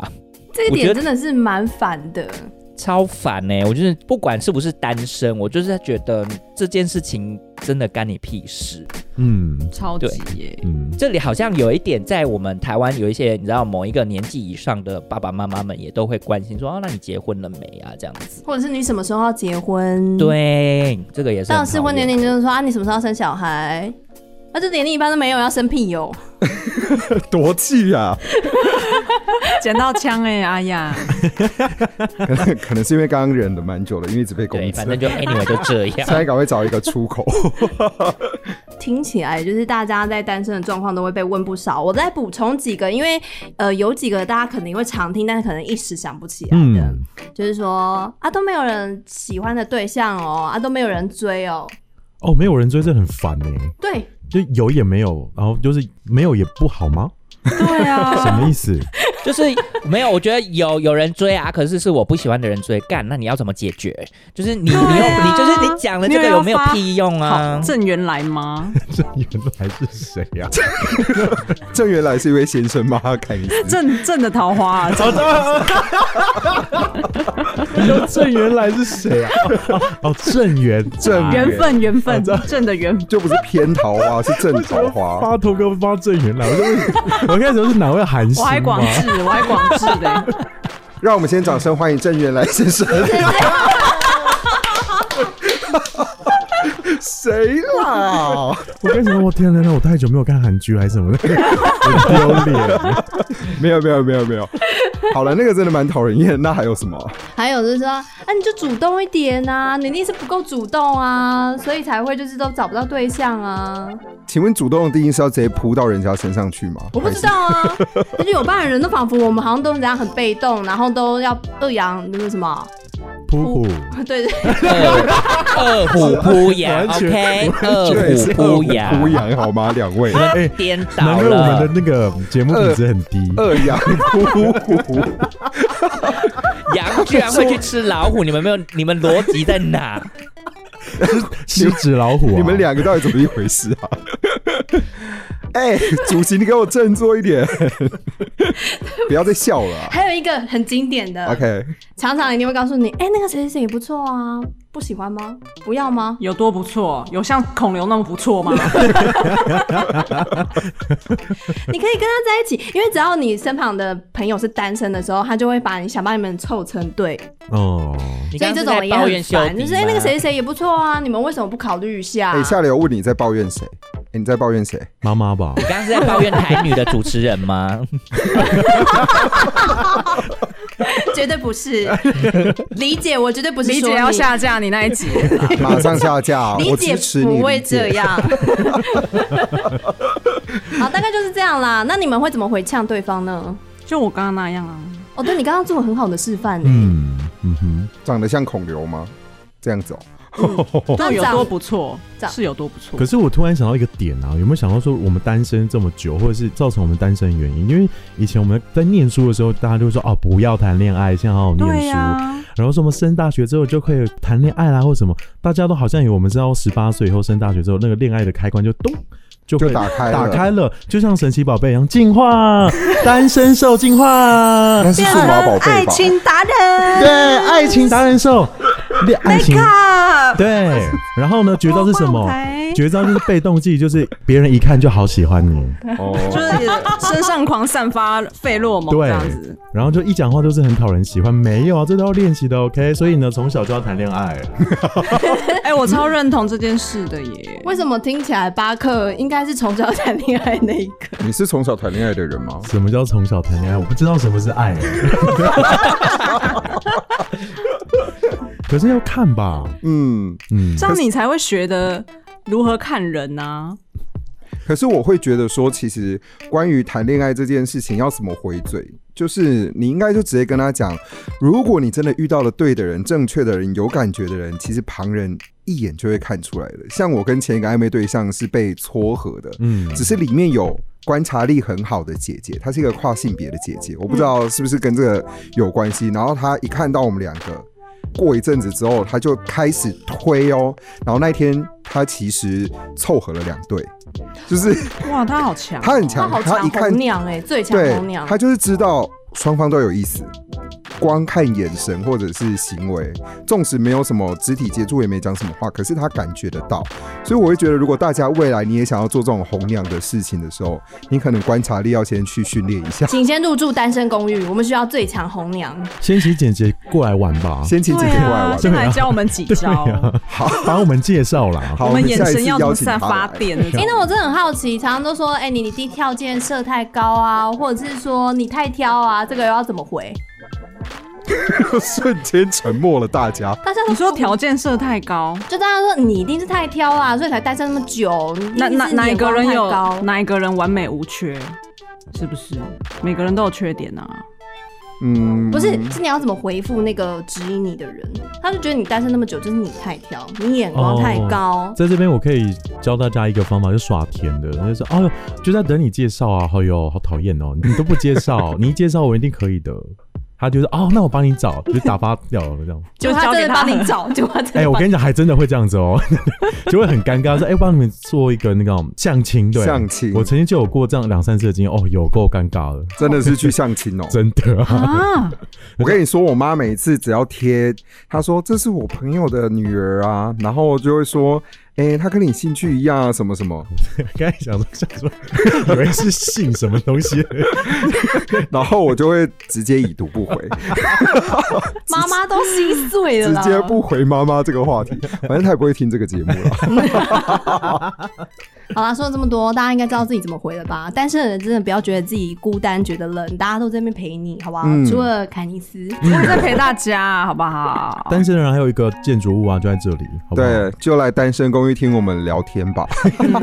[SPEAKER 5] 这一
[SPEAKER 3] 我觉
[SPEAKER 5] 点
[SPEAKER 3] 得
[SPEAKER 5] 真的是蛮烦的。
[SPEAKER 3] 超烦呢、欸我就是不管是不是单身，我就是觉得这件事情真的干你屁事。
[SPEAKER 2] 嗯
[SPEAKER 6] 超级耶，
[SPEAKER 2] 嗯，
[SPEAKER 3] 这里好像有一点，在我们台湾有一些你知道某一个年纪以上的爸爸妈妈们也都会关心说，哦，那你结婚了没啊？这样子。
[SPEAKER 5] 或者是你什么时候要结婚？，
[SPEAKER 3] 对，这个也是很讨
[SPEAKER 5] 到
[SPEAKER 3] 厌。
[SPEAKER 5] 适婚年龄就是说啊，你什么时候要生小孩？那、这年龄一般都没有，要生屁哦哟、
[SPEAKER 4] 多气啊！
[SPEAKER 6] 捡到枪哎，哎呀，
[SPEAKER 4] 可能 可能是因为刚刚忍了蛮久了，因为一直被攻
[SPEAKER 3] 对，
[SPEAKER 4] 击
[SPEAKER 3] 反，正就 anyway 就这样
[SPEAKER 4] 现。在赶快找一个出口。
[SPEAKER 5] 听起来就是大家在单身的状况都会被问不少。我再补充几个，因为呃有几个大家肯定会常听，但是可能一时想不起来的，
[SPEAKER 2] 嗯，
[SPEAKER 5] 就是说啊都没有人喜欢的对象哦，啊都没有人追哦。
[SPEAKER 2] 哦，没有人追，这很烦哎、
[SPEAKER 5] 对，
[SPEAKER 2] 就有也没有，然后就是没有也不好吗？
[SPEAKER 6] 对
[SPEAKER 2] 什
[SPEAKER 6] 啊，
[SPEAKER 2] 么意 思？
[SPEAKER 3] 就是没有，我觉得有有人追啊，可是是我不喜欢的人追，干，那你要怎么解决？就是你、
[SPEAKER 6] 对
[SPEAKER 3] 你
[SPEAKER 6] 啊
[SPEAKER 3] 用你就是你讲的这个有没有屁用啊
[SPEAKER 6] 好？郑源来吗？
[SPEAKER 2] 这原来是谁啊 呀、
[SPEAKER 4] 郑原来是一位先生吗？凯尼 斯，
[SPEAKER 6] 郑郑的桃 花啊，郑
[SPEAKER 2] 啊？郑原来是谁啊？哦，郑源，
[SPEAKER 4] 郑源
[SPEAKER 6] 缘分缘
[SPEAKER 2] 啊
[SPEAKER 6] 分，郑的缘分。
[SPEAKER 4] 就不是偏桃花，是正桃 花。
[SPEAKER 2] 发头哥发郑源来，我 就我一开始是哪位韩星
[SPEAKER 6] 我还广
[SPEAKER 2] 吗？
[SPEAKER 6] 智，我还广智的，
[SPEAKER 4] 让我们先掌声欢迎郑原来先生。谁啦？
[SPEAKER 2] 我跟你说，我天哪，那我太久没有看韩剧还是什么 的，我丢脸。
[SPEAKER 4] 没有没有没有没有。好了，那个真的蛮讨人厌。那还有什么？
[SPEAKER 5] 还有就是说啊你就主动一点啊，你一定是不够主动啊，所以才会就是都找不到对象啊。
[SPEAKER 4] 请问主动的定义是要直接扑到人家身上去吗？
[SPEAKER 5] 我不知道啊，那就有办的人都仿佛我们好像都这样很被动，然后都要恶阳那个什么，
[SPEAKER 2] 噗噗，
[SPEAKER 5] 对对
[SPEAKER 3] 哎二二虎扑羊
[SPEAKER 2] 完全
[SPEAKER 3] ，OK，二虎扑羊，
[SPEAKER 4] 扑羊好吗？两位，
[SPEAKER 3] 哎颠
[SPEAKER 2] 难
[SPEAKER 3] 倒
[SPEAKER 2] 怪我们
[SPEAKER 3] 了
[SPEAKER 2] 的，那个节目品质很低。
[SPEAKER 4] 二羊 扑虎。
[SPEAKER 3] 羊居然会去吃老虎，你们没有，你们逻辑在哪？
[SPEAKER 2] 狮子老虎、啊，
[SPEAKER 4] 你们两个到底怎么一回事 啊？哎、主席，你给我振作 一点，不要再笑了啊、
[SPEAKER 5] 还有一个很经典的
[SPEAKER 4] OK，
[SPEAKER 5] 常常一定会告诉你，哎、那个谁谁谁也不错啊，不喜欢吗？不要 吗？
[SPEAKER 6] 有多不错？有像孔刘那么不 错吗？
[SPEAKER 5] 你可以跟他在一起，因为只要你身旁的朋友是单身的时候，他就会把你想把你们凑成对，
[SPEAKER 2] 哦，
[SPEAKER 3] 你
[SPEAKER 5] 所以
[SPEAKER 3] 刚
[SPEAKER 5] 这
[SPEAKER 3] 刚
[SPEAKER 5] 种
[SPEAKER 3] 是
[SPEAKER 5] 人
[SPEAKER 3] 在
[SPEAKER 5] 也
[SPEAKER 3] 抱怨
[SPEAKER 5] 很
[SPEAKER 3] 秀
[SPEAKER 5] 烦，
[SPEAKER 3] 迪
[SPEAKER 5] 就是哎、那
[SPEAKER 3] 吗
[SPEAKER 5] 个谁谁谁也不错啊，你们为什么不考虑 一下？
[SPEAKER 4] 哎、下流问你在抱怨谁？哎、你在抱怨 谁？
[SPEAKER 2] 妈妈吧，
[SPEAKER 3] 你刚刚是在抱怨台女的主持人 吗？
[SPEAKER 5] 绝对不 是，理解我绝对不是说你
[SPEAKER 6] 架你那一 集，
[SPEAKER 4] 马上下架，啊
[SPEAKER 5] 理
[SPEAKER 4] 我
[SPEAKER 5] 解
[SPEAKER 4] 支持你。
[SPEAKER 5] 不会
[SPEAKER 4] 理解
[SPEAKER 5] 这，样。 好，大概就是这样啦。那你们会怎么回呛对方呢？
[SPEAKER 6] 就我刚刚那样啊。
[SPEAKER 5] 哦，对你刚刚做了很好的示范、嗯，
[SPEAKER 2] 嗯嗯哼，
[SPEAKER 4] 长得像孔刘吗？这样子哦、
[SPEAKER 5] 那
[SPEAKER 6] 就有
[SPEAKER 5] 长
[SPEAKER 6] 多不错
[SPEAKER 5] 长，
[SPEAKER 6] 是有多不错
[SPEAKER 2] 可。是我突然想到一个点啊，有没有想到说我们单身这么久，或者是造成我们单身的原因？因为以前我们在念书的时候，大家就会说哦，不要谈恋爱，现在好好念书。
[SPEAKER 6] 对啊呀，
[SPEAKER 2] 然后说我们升大学之后就可以谈恋爱啦，啊或什么，大家都好像以为我们知道十八岁以后升大学之后，那个恋爱的开关就咚就
[SPEAKER 4] 就
[SPEAKER 2] 会
[SPEAKER 4] 打开了
[SPEAKER 2] 打开了，就像神奇宝贝一样进化，单身兽进 化，
[SPEAKER 4] 那是数码宝贝
[SPEAKER 5] 爱
[SPEAKER 4] 吧？
[SPEAKER 5] 情达人，
[SPEAKER 2] 对，爱情达人兽，恋爱 情。
[SPEAKER 5] 啊，
[SPEAKER 2] 对，然后呢？绝招是什
[SPEAKER 6] 我
[SPEAKER 2] 么
[SPEAKER 6] 忘台？
[SPEAKER 2] 绝招就是被动技，就是别人一看就好喜欢你，
[SPEAKER 4] 哦，
[SPEAKER 6] 就是身上狂散发费洛蒙这
[SPEAKER 2] 对
[SPEAKER 6] 样子。
[SPEAKER 2] 然后就一讲话都是很讨人喜欢。没有啊，这都要练习的，OK。所以呢，从小就要谈恋爱。
[SPEAKER 6] 哎、我超认同这件事的耶。
[SPEAKER 5] 为什么听起来巴克应该是从小谈恋爱那一个？
[SPEAKER 4] 你是从小谈恋爱的人吗？
[SPEAKER 2] 什么叫从小谈恋爱？我不知道什么是爱。可是要看吧，
[SPEAKER 4] 嗯，
[SPEAKER 2] 嗯，
[SPEAKER 6] 这样你才会学得如何看人啊。
[SPEAKER 4] 可是我会觉得说，其实关于谈恋爱这件事情要怎么回嘴，就是你应该就直接跟他讲，如果你真的遇到了对的人、正确的人、有感觉的人，其实旁人一眼就会看出来的。像我跟前一个暧昧对象是被撮合的，
[SPEAKER 2] 嗯，
[SPEAKER 4] 只是里面有观察力很好的姐姐，她是一个跨性别的姐姐，我不知道是不是跟这个有关系。然后她一看到我们两个，过一阵子之后，她就开始推哦。然后那一天，她其实凑合了两对，就是
[SPEAKER 6] 哇，他好强、哦
[SPEAKER 4] 她很
[SPEAKER 5] 他
[SPEAKER 4] 强，
[SPEAKER 5] 好
[SPEAKER 4] 她
[SPEAKER 5] 强
[SPEAKER 4] 一看
[SPEAKER 5] 红娘哎、最强
[SPEAKER 4] 对
[SPEAKER 5] 红娘，，
[SPEAKER 4] 她就是知道双方都有意思。光看眼神或者是行为，纵使没有什么肢体接触，也没讲什么话，可是她感觉得到，所以我会觉得，如果大家未来你也想要做这种红娘的事情的时候，你可能观察力要先去训练一下。
[SPEAKER 5] 请先入住单身公寓，我们需要最强红娘。
[SPEAKER 2] 先请姐姐过来玩吧，
[SPEAKER 4] 先请姐
[SPEAKER 6] 对
[SPEAKER 4] 姐过来玩
[SPEAKER 6] 啊，
[SPEAKER 4] 吧。
[SPEAKER 6] 先来教我们几招。
[SPEAKER 2] 好，把我们介绍啦。
[SPEAKER 4] 啊好，
[SPEAKER 6] 我们眼
[SPEAKER 4] 下一次
[SPEAKER 6] 神要
[SPEAKER 4] 邀
[SPEAKER 6] 能
[SPEAKER 4] 请
[SPEAKER 6] 散
[SPEAKER 4] 她
[SPEAKER 6] 发
[SPEAKER 4] 来。
[SPEAKER 6] 电那
[SPEAKER 5] 哎、
[SPEAKER 6] 种。
[SPEAKER 5] 那我真的很好奇，常常都说，哎、你你第条件设太高啊，或者是说你太挑啊，这个又要怎么回？
[SPEAKER 4] 瞬间沉默了，大家。
[SPEAKER 5] 大家都
[SPEAKER 6] 你说条件设太高，
[SPEAKER 5] 就大家说你一定是太挑啦，所以才单身那么久。你
[SPEAKER 6] 哪
[SPEAKER 5] 定
[SPEAKER 6] 哪
[SPEAKER 5] 是
[SPEAKER 6] 哪一
[SPEAKER 5] 眼
[SPEAKER 6] 个
[SPEAKER 5] 光
[SPEAKER 6] 人
[SPEAKER 5] 太
[SPEAKER 6] 有
[SPEAKER 5] 高？
[SPEAKER 6] 哪一个人完美无缺？是不是每个人都有 缺点啊？
[SPEAKER 4] 嗯，
[SPEAKER 5] 不是，是你要怎么回复那个指引你的人？他就觉得你单身那么久，就是你太挑，你眼光太高。
[SPEAKER 2] 在这边我可以教大家一个方法，就耍甜的，就是哦哟，就在等你介绍啊，哎呦，好讨厌哦，你都不介绍，你一介绍我一定可以的。他就是哦，那我帮你找，就打发掉了这样。
[SPEAKER 5] 结果他
[SPEAKER 6] 交给
[SPEAKER 5] 真的
[SPEAKER 6] 他
[SPEAKER 5] 帮你找，结果他真
[SPEAKER 2] 哎、
[SPEAKER 5] 的
[SPEAKER 2] 我
[SPEAKER 5] 帮
[SPEAKER 2] 跟
[SPEAKER 5] 你
[SPEAKER 2] 你讲，还真的会这样子哦， 就会很尴尬，说哎，帮、你们做一个那个相亲，对，
[SPEAKER 4] 相亲
[SPEAKER 2] 我曾经就有过这样两三次的经验，哦，有够尴尬的，
[SPEAKER 4] 真的是去相 亲哦。
[SPEAKER 2] 真的啊，
[SPEAKER 6] 啊，
[SPEAKER 4] 我跟你说，我妈每次只要贴，她说这是我朋友的女儿啊，然后就会说，哎、她跟你兴趣一样啊，什么什么。
[SPEAKER 2] 刚才想说想说，以为是信什么东西，
[SPEAKER 4] 然后我就会直接已读不回，
[SPEAKER 5] 妈妈都心碎了
[SPEAKER 4] 直
[SPEAKER 5] 啦。
[SPEAKER 4] 接不回妈妈这个话题。反正她也不会听这个节目了。
[SPEAKER 5] 好啦，说了这么多，大家应该知道自己怎么回了吧？单身的人真的不要觉得自己孤单，觉得冷，大家都在那边陪你，好不好？
[SPEAKER 4] 嗯
[SPEAKER 5] 除了凯尼斯，
[SPEAKER 6] 我在陪大家，好不好？
[SPEAKER 2] 单身人还有一个建筑物啊，就在这里，好不好？
[SPEAKER 4] 对，就来单身公寓听我们聊天吧。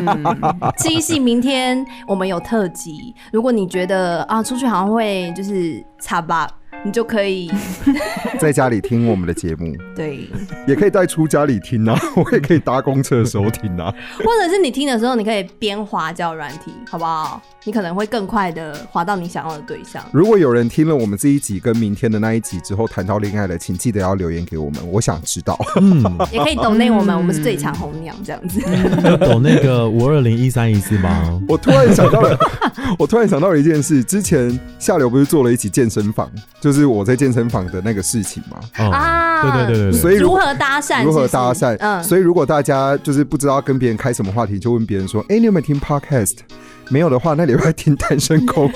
[SPEAKER 5] 七夕明天我们有特辑，如果你觉得啊出去好像会就是差吧，你就可以
[SPEAKER 4] 在家里听我们的节目，
[SPEAKER 5] 对，
[SPEAKER 4] 也可以带出家里听啊， 我也可以搭公车的时候听啊。
[SPEAKER 5] 或者是你听的时候，你可以边滑交友软体，好不好？你可能会更快的滑到你想要的对象。
[SPEAKER 4] 如果有人听了我们这一集跟明天的那一集之后谈到恋爱了，请记得要留言给我们，我想知道。
[SPEAKER 2] 嗯，
[SPEAKER 5] 也可以抖内我们，我们是最强红娘这样子。
[SPEAKER 4] 嗯
[SPEAKER 2] 要抖那个五二零一三一四吧。
[SPEAKER 4] 我突然想到了， 我突然想到了一件事，之前下流不是做了一集健身房，就是我在健身房的那个事情嘛。
[SPEAKER 2] 哦，
[SPEAKER 5] 啊
[SPEAKER 2] 对对对对对，
[SPEAKER 4] 所以如
[SPEAKER 5] 如
[SPEAKER 4] 果
[SPEAKER 5] 何搭讪？
[SPEAKER 4] 如何
[SPEAKER 5] 是不是
[SPEAKER 4] 搭讪？
[SPEAKER 5] 嗯，
[SPEAKER 4] 所以如果大家就是不知道跟别人开什么话题，就问别人说：“哎、你有没有听 podcast？” 没有的话，那礼拜听单 身公寓。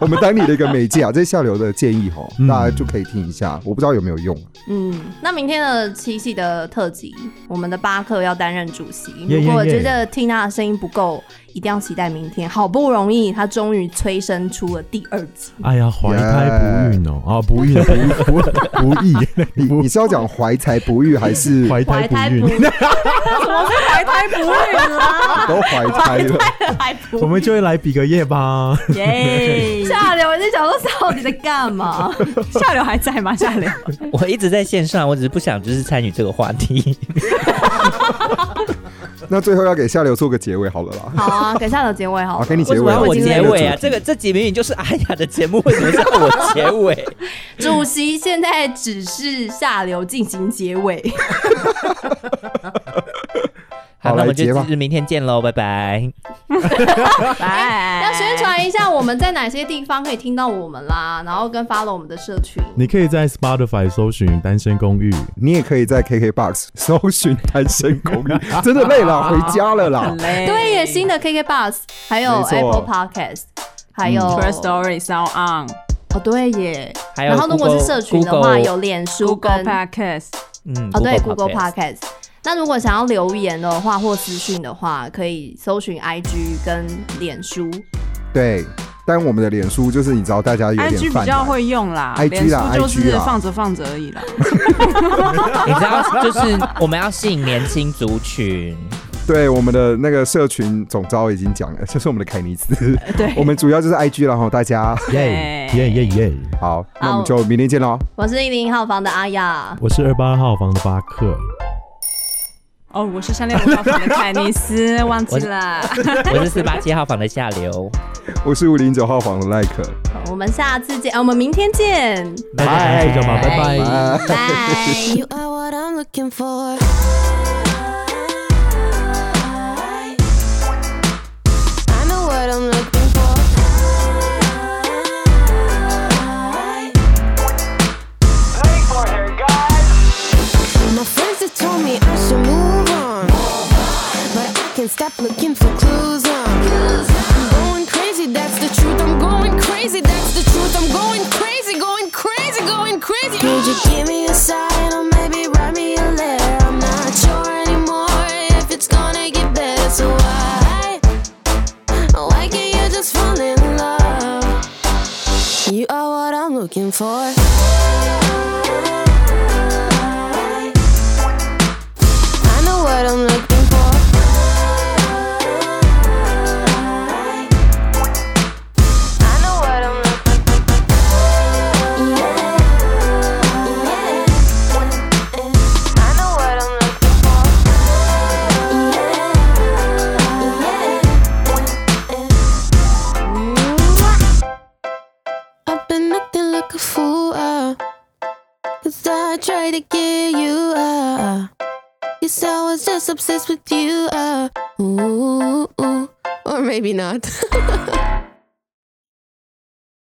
[SPEAKER 4] 我们当你的一个媒介啊，这是下流的建议哦，
[SPEAKER 2] 嗯
[SPEAKER 4] 大家就可以听一下。我不知道有没有用、啊。
[SPEAKER 5] 嗯，那明天的七夕的特辑，我们的巴克要担任主席。
[SPEAKER 2] 耶
[SPEAKER 5] 如果我
[SPEAKER 2] 耶耶
[SPEAKER 5] 觉得听他的声音不够，一定要期待明天。好不容易，他终于催生出了第二 集。
[SPEAKER 2] 哎呀，怀胎不孕哦，啊，不孕不孕不孕
[SPEAKER 4] 你你是要讲怀才不遇，还是
[SPEAKER 2] 怀胎不孕，
[SPEAKER 6] 怀胎哎不孕啦，
[SPEAKER 4] 都怀胎了？
[SPEAKER 5] 还
[SPEAKER 2] 我
[SPEAKER 5] 不
[SPEAKER 2] 们就会来比个耶吧。
[SPEAKER 6] 耶！
[SPEAKER 5] 下流，我就想说到底在干嘛？
[SPEAKER 6] 下流还在吗？下流，
[SPEAKER 3] 我一直在线上，我只是不想就是参与这个话题。
[SPEAKER 4] 那最后要给下流做个结尾好了啦。
[SPEAKER 5] 好啊，给下头结尾好了。
[SPEAKER 4] 好给你结
[SPEAKER 3] 为什么
[SPEAKER 4] 尾
[SPEAKER 3] 要
[SPEAKER 4] 啊
[SPEAKER 3] 我
[SPEAKER 4] 今
[SPEAKER 3] 结
[SPEAKER 4] 天的
[SPEAKER 3] 尾啊？
[SPEAKER 4] 主题
[SPEAKER 3] 这个这集明明就是阿雅的节目，为什么是要我结 尾？
[SPEAKER 5] 主席现在只是下流进行结尾，
[SPEAKER 4] 好
[SPEAKER 3] 好，那我
[SPEAKER 4] 来
[SPEAKER 3] 们
[SPEAKER 4] 结吧
[SPEAKER 3] 就明天见喽，拜拜。
[SPEAKER 6] 哎
[SPEAKER 1] 拜
[SPEAKER 5] 要宣传一下我们在哪些地方可以听到我们啦，然后跟 follow 我们的社群。
[SPEAKER 2] 你可以在 Spotify 搜寻《单身公寓》，
[SPEAKER 4] 你也可以在 KKBOX 搜寻《单身公 寓》，真的累了，回家了啦
[SPEAKER 6] 很。累。
[SPEAKER 5] 对耶，
[SPEAKER 3] 哎
[SPEAKER 5] 新的 KK Bus，还有
[SPEAKER 4] 没错
[SPEAKER 5] Apple Podcast，还有、
[SPEAKER 4] 哦
[SPEAKER 6] First Story Sound On
[SPEAKER 5] 哦对耶。
[SPEAKER 3] 嗯还有
[SPEAKER 5] 然后如果是社群的话，
[SPEAKER 3] Google-
[SPEAKER 5] 有脸书跟
[SPEAKER 6] Google Podcast，
[SPEAKER 3] 嗯，
[SPEAKER 5] 哦对
[SPEAKER 3] Google
[SPEAKER 5] Google
[SPEAKER 3] Podcast
[SPEAKER 5] Podcast。那如果想要留言的话或私讯的话，可以搜寻 IG 跟脸书。
[SPEAKER 4] 对，但我们的脸书就是你知道，大家有
[SPEAKER 6] IG
[SPEAKER 4] 点犯
[SPEAKER 6] 比较
[SPEAKER 4] 懒。
[SPEAKER 6] 会用啦
[SPEAKER 4] IG 啦
[SPEAKER 6] 脸书就是
[SPEAKER 4] IG 啦
[SPEAKER 6] 放着放着而已啦。
[SPEAKER 3] 你知道，就是我们要吸引年轻族 群，
[SPEAKER 4] 对，我们的那个社群总招已经讲了，就是我们的凯尼斯。
[SPEAKER 6] 对
[SPEAKER 4] 我们主要就是 IG 了哈，大家
[SPEAKER 2] 耶
[SPEAKER 6] 对
[SPEAKER 2] 耶耶耶！
[SPEAKER 4] 好，那我们就明天见喽。
[SPEAKER 5] 我是一零号房的阿雅，
[SPEAKER 2] 我是二八号房的巴克，
[SPEAKER 6] 哦，我是三六五号房的凯尼斯，忘记了。
[SPEAKER 3] 我是四八七号房的下流，
[SPEAKER 4] 我是五零九号房的赖可，
[SPEAKER 5] 好我们下次见，啊我们明天见，
[SPEAKER 2] 大家睡觉
[SPEAKER 3] 哎
[SPEAKER 2] 吧，拜拜。
[SPEAKER 5] 拜。
[SPEAKER 4] 拜。
[SPEAKER 7] You are what I'm looking for. I know what I'm looking for. My friends have told me I should move on, but I can't stop looking for clues on. I'm going crazy, that's the truth. I'm going crazy, that's the truth. I'm going crazy, going crazy, going crazy. Could you give me a sign or maybe write me a letter? I'm not sure anymore if it's gonna get better. So why, why can't you just fall in love? You are what I'm looking for. I know what I'm looking for. I know what I'm looking for. I know what I'm looking for. Mwah. I've been acting like a fool, uh, 'cause I tried to get you up. Guess I was just obsessed with you. Uh, ooh, ooh, or maybe not.